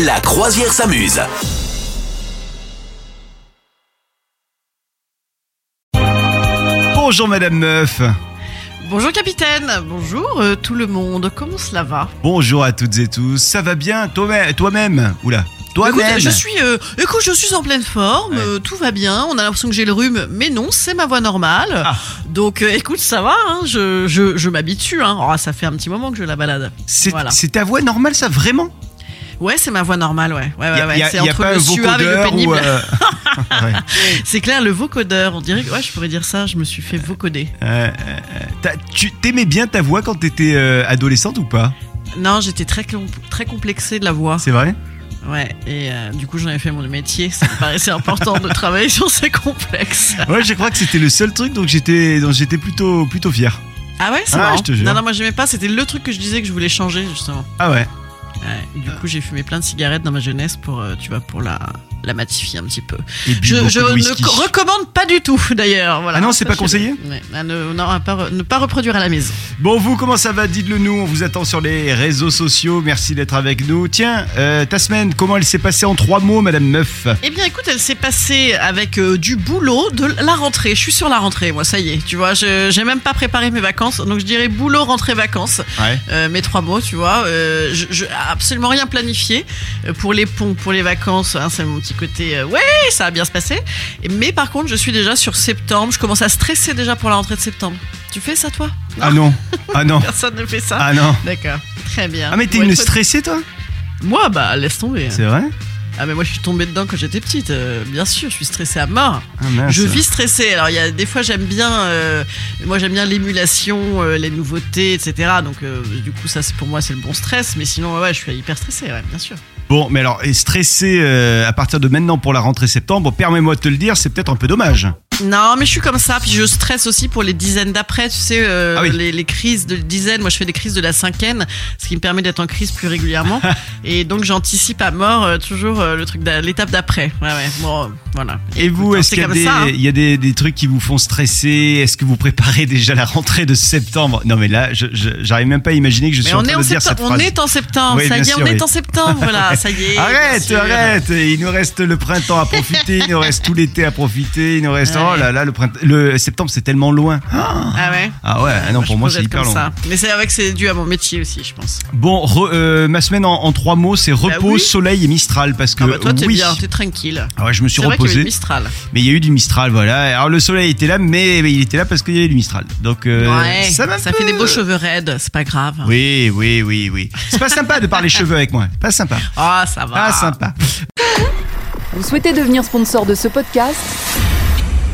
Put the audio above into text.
La croisière s'amuse. Bonjour Madame Meuf. Bonjour capitaine, bonjour euh, tout le monde, comment cela va Bonjour à toutes et tous. Ça va bien toi-même Toi-même Oula. Écoute, Toi-même je suis, euh, écoute, je suis en pleine forme, Ouais. euh, tout va bien, on a l'impression que j'ai le rhume, mais non, c'est ma voix normale. Ah. Donc euh, écoute, ça va, hein, je, je, je m'habitue, hein. Oh, ça fait un petit moment que je la balade. C'est Voilà. c'est ta voix normale ça vraiment Ouais, c'est ma voix normale, ouais. ouais, Il ouais, ouais. y a, C'est y a entre pas un le suave et le vocodeur pénible. ou euh, ouais. C'est clair, le vocodeur, on dirait que ouais, je pourrais dire ça, je me suis fait vocoder. Euh, euh, t'as- tu t'aimais bien ta voix quand t'étais euh, adolescente ou pas Non, j'étais très, com- très complexée de la voix. C'est vrai Ouais, et euh, du coup, j'en ai fait mon métier, ça me paraissait important de travailler sur ces complexes. Ouais, je crois que c'était le seul truc donc j'étais donc j'étais plutôt plutôt fier. Ah ouais, c'est Ah, marrant. je te jure. Non, non, moi j'aimais pas, c'était le truc que je disais que je voulais changer justement. Ah ouais. Ouais, et du coup, j'ai fumé plein de cigarettes dans ma jeunesse pour, euh, tu vois, pour la, la matifier un petit peu. Et puis Je, beaucoup je de ne whisky. co- recommande pas du tout d'ailleurs. Voilà. Ah non, c'est pas conseillé Sachez-le. Ouais, à ne, non, à pas re- ne pas reproduire à la maison. Bon, vous, comment ça va Dites-le nous. On vous attend sur les réseaux sociaux. Merci d'être avec nous. Tiens, euh, ta semaine, comment elle s'est passée en trois mots, Madame Meuf Eh bien, écoute, elle s'est passée avec euh, du boulot de la rentrée. Je suis sur la rentrée, moi, ça y est. Tu vois, je- j'ai même pas préparé mes vacances. Donc, je dirais boulot, rentrée, vacances. Ouais. Euh, mes trois mots, tu vois. Euh, je, je- absolument rien planifié Euh, pour les ponts, pour les vacances. hein, c'est mon petit côté. euh, ouais, ça va bien se passer. Mais par contre, je suis déjà sur septembre. Je commence à stresser déjà pour la rentrée de septembre. Tu fais ça, toi Ah non. Ah non. Personne ne fait ça. Ah non. D'accord. Très bien. Ah mais t'es Bon, une écoute, stressée toi Moi, bah laisse tomber. C'est vrai Ah mais moi, je suis tombée dedans quand j'étais petite. Euh, bien sûr, je suis stressée à mort. Ah mince. Je vis stressée. Alors il y a des fois j'aime bien, euh, moi j'aime bien l'émulation, euh, les nouveautés, etc. Donc euh, du coup ça c'est pour moi c'est le bon stress. Mais sinon ouais, ouais, je suis hyper stressée, ouais, bien sûr. Bon, mais alors, et stressée euh, à partir de maintenant pour la rentrée septembre, permets-moi de te le dire, c'est peut-être un peu dommage. Non mais je suis comme ça. Puis je stresse aussi pour les dizaines d'après. Tu sais euh, Ah oui. les, les crises de dizaines. Moi je fais des crises de la cinquaine, ce qui me permet d'être en crise plus régulièrement. Et donc j'anticipe à mort euh, toujours euh, le truc d'a- l'étape d'après. Ouais ouais. Bon euh, voilà. Et vous, Écoute, est-ce c'est qu'il y a, comme des, ça, hein. il y a des, des trucs qui vous font stresser Est-ce que vous préparez déjà la rentrée de septembre Non, mais là, je- je- j'arrive même pas à imaginer que je Mais suis on en train est en de dire cette septembre. On phrase. est en septembre. Oui, ça bien y est, sûr, on est oui. en septembre. Voilà. Ça y est. bien Arrête, sûr. arrête Il nous reste le printemps à profiter, il nous reste tout l'été à profiter, il nous reste... Oh Ouais. là là, le, printemps, le septembre, c'est tellement loin. Ah, Ah ouais. Ah ouais, ah non, Moi, pour je moi, projette c'est hyper comme long. ça. Mais c'est vrai que c'est dû à mon métier aussi, je pense. Bon, re- euh, ma semaine en, en trois mots, c'est repos, Bah oui. soleil et mistral, parce que... Ah bah toi, t'es oui, bien, t'es tranquille. Ah ouais, je me C'est suis vrai qu'il y avait reposé, une Mistral. mais il y a eu du Mistral, voilà. Alors le soleil était là, mais mais il était là parce qu'il y avait du Mistral. Donc euh, ouais, ça m'a un peu- fait des beaux cheveux raides, c'est pas grave. Oui, oui, oui, oui. C'est pas sympa de parler cheveux avec moi. Pas sympa. Ah, ça va. Pas sympa. Vous souhaitez devenir sponsor de ce podcast